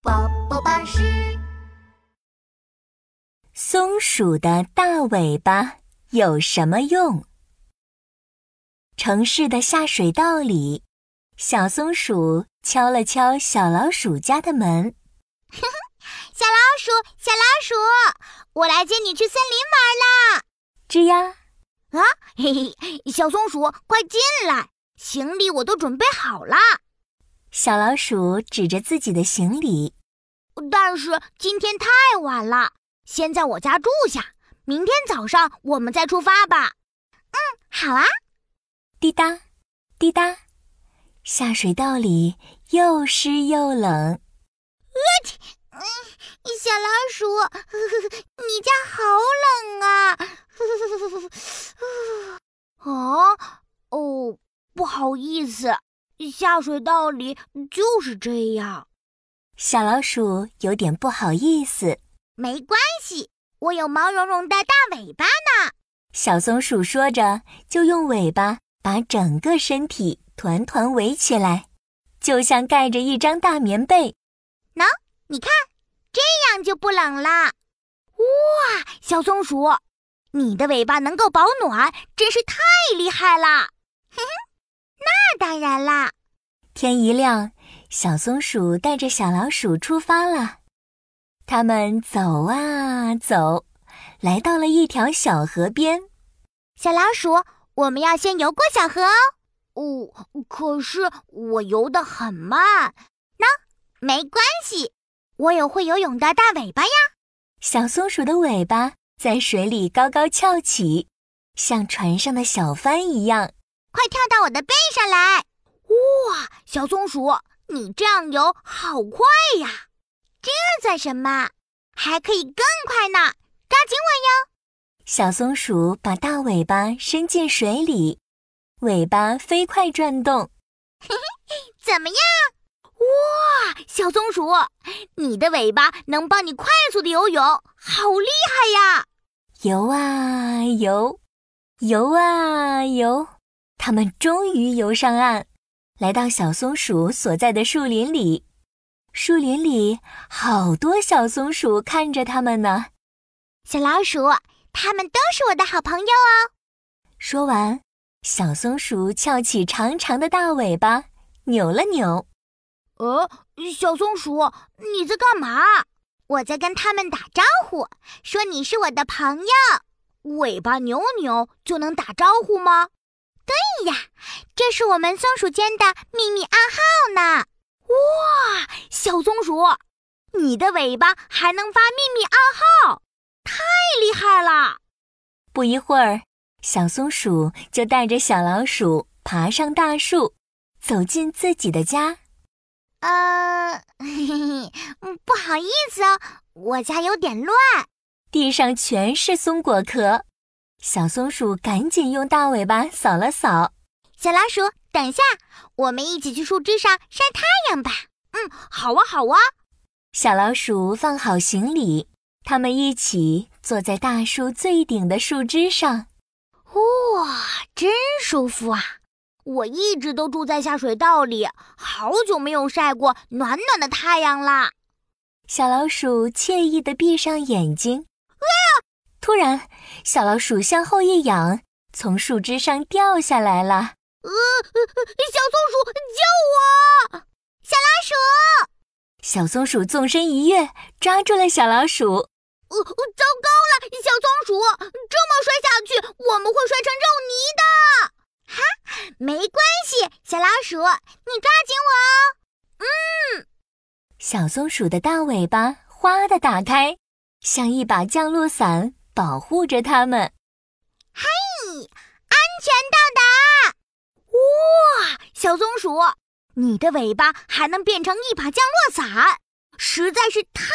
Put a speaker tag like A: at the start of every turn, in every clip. A: 宝宝巴士，
B: 松鼠的大尾巴有什么用？城市的下水道里，小松鼠敲了敲小老鼠家的门。
C: 小老鼠，小老鼠，我来接你去森林玩啦！
B: 吱呀，
C: 啊，嘿嘿，小松鼠，快进来，行李我都准备好了。
B: 小老鼠指着自己的行李，
C: 但是今天太晚了，先在我家住下，明天早上我们再出发吧。嗯，好啊。
B: 滴答，滴答，下水道里又湿又冷。
C: 小老鼠， 呵呵呵你家好冷啊！ 啊，哦，不好意思，下水道里就是这样。
B: 小老鼠有点不好意思。
C: 没关系，我有毛茸茸的大尾巴。
B: 小松鼠说着，就用尾巴把整个身体团团围起来，就像盖着一张大棉被。
C: 你看，这样就不冷了。哇，小松鼠，你的尾巴能够保暖，真是太厉害了！嘿嘿， 那当然啦。
B: 天一亮，小松鼠带着小老鼠出发了。它们走啊走，来到了一条小河边。
C: 小老鼠，我们要先游过小河哦。哦，可是我游得很慢。那没关系，我有会游泳的大尾巴呀。
B: 小松鼠的尾巴在水里高高翘起，像船上的小帆一样。
C: 快跳到我的背上来！哇，小松鼠，你这样游好快呀！这算什么？还可以更快呢！抓紧
B: 小松鼠把大尾巴伸进水里，尾巴飞快转动。
C: 我，怎么样？哇，小松鼠，你的尾巴能帮你快速的游泳，好厉害呀！
B: 游啊游，游啊游，它们终于游上岸，来到小松鼠所在的树林里。树林里好多小松鼠看着它们呢。
C: 小老鼠，它们都是我的好朋友哦。
B: 说完，小松鼠翘起长长的大尾巴，扭了扭。
C: 呃，小松鼠，你在干嘛？
A: 我在跟他们打
C: 招呼，说你是我的朋友。尾巴扭扭就能打招呼吗？对呀，这是我们松鼠间的秘密暗号呢。哇，小松鼠，你的尾巴还能发秘密暗号，太厉害了！
B: 不一会儿，小松鼠就带着小老鼠爬上大树，走进自己的家。
C: 呃， 嘿嘿嘿，嗯不好意思哦，我家有点乱。
B: 地上全是松果壳，小松鼠赶紧用大尾巴扫了扫。
C: 小老鼠，等一下，我们一起去树枝上晒太阳吧。嗯，好啊，好啊。
B: 小老鼠放好行李，它们一起坐在大树最顶的树枝上。
C: 哇，真舒服啊！我一直都住在下水道里，好久没有晒过暖暖的太阳啦。
B: 小老鼠惬意地闭上眼睛。突然，小老鼠向后一仰，从树枝上掉下来了。
C: 小松鼠，救我！小老鼠，
B: 小松鼠纵身一跃，抓住了小老鼠。
C: 呃，糟糕了，小松鼠，这么摔下去，我们会摔成肉泥的。哈，没关系，小老鼠，你抓紧我。
B: 小松鼠的大尾巴哗地打开，像一把降落伞保护着它们。
C: 安全到达！哇，小松鼠，你的尾巴还能变成一把降落伞，实在是太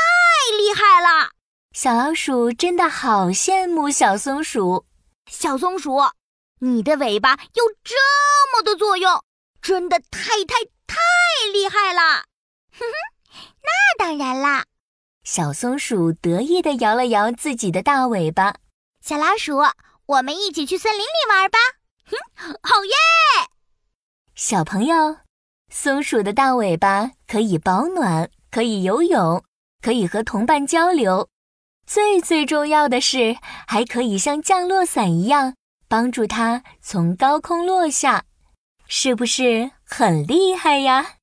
C: 厉害了！
B: 小老鼠真的好羡慕小松鼠。
C: 小松鼠，你的尾巴有这么多作用，真的太太太厉害了！ 哼哼，那当然啦。
B: 小松鼠得意地摇了摇自己的大尾巴。
C: 小老鼠，我们一起去森林里玩吧！哼，好耶！
B: 小朋友，松鼠的大尾巴可以保暖，可以游泳，可以和同伴交流，最最重要的是，还可以像降落伞一样帮助它从高空落下，是不是很厉害呀？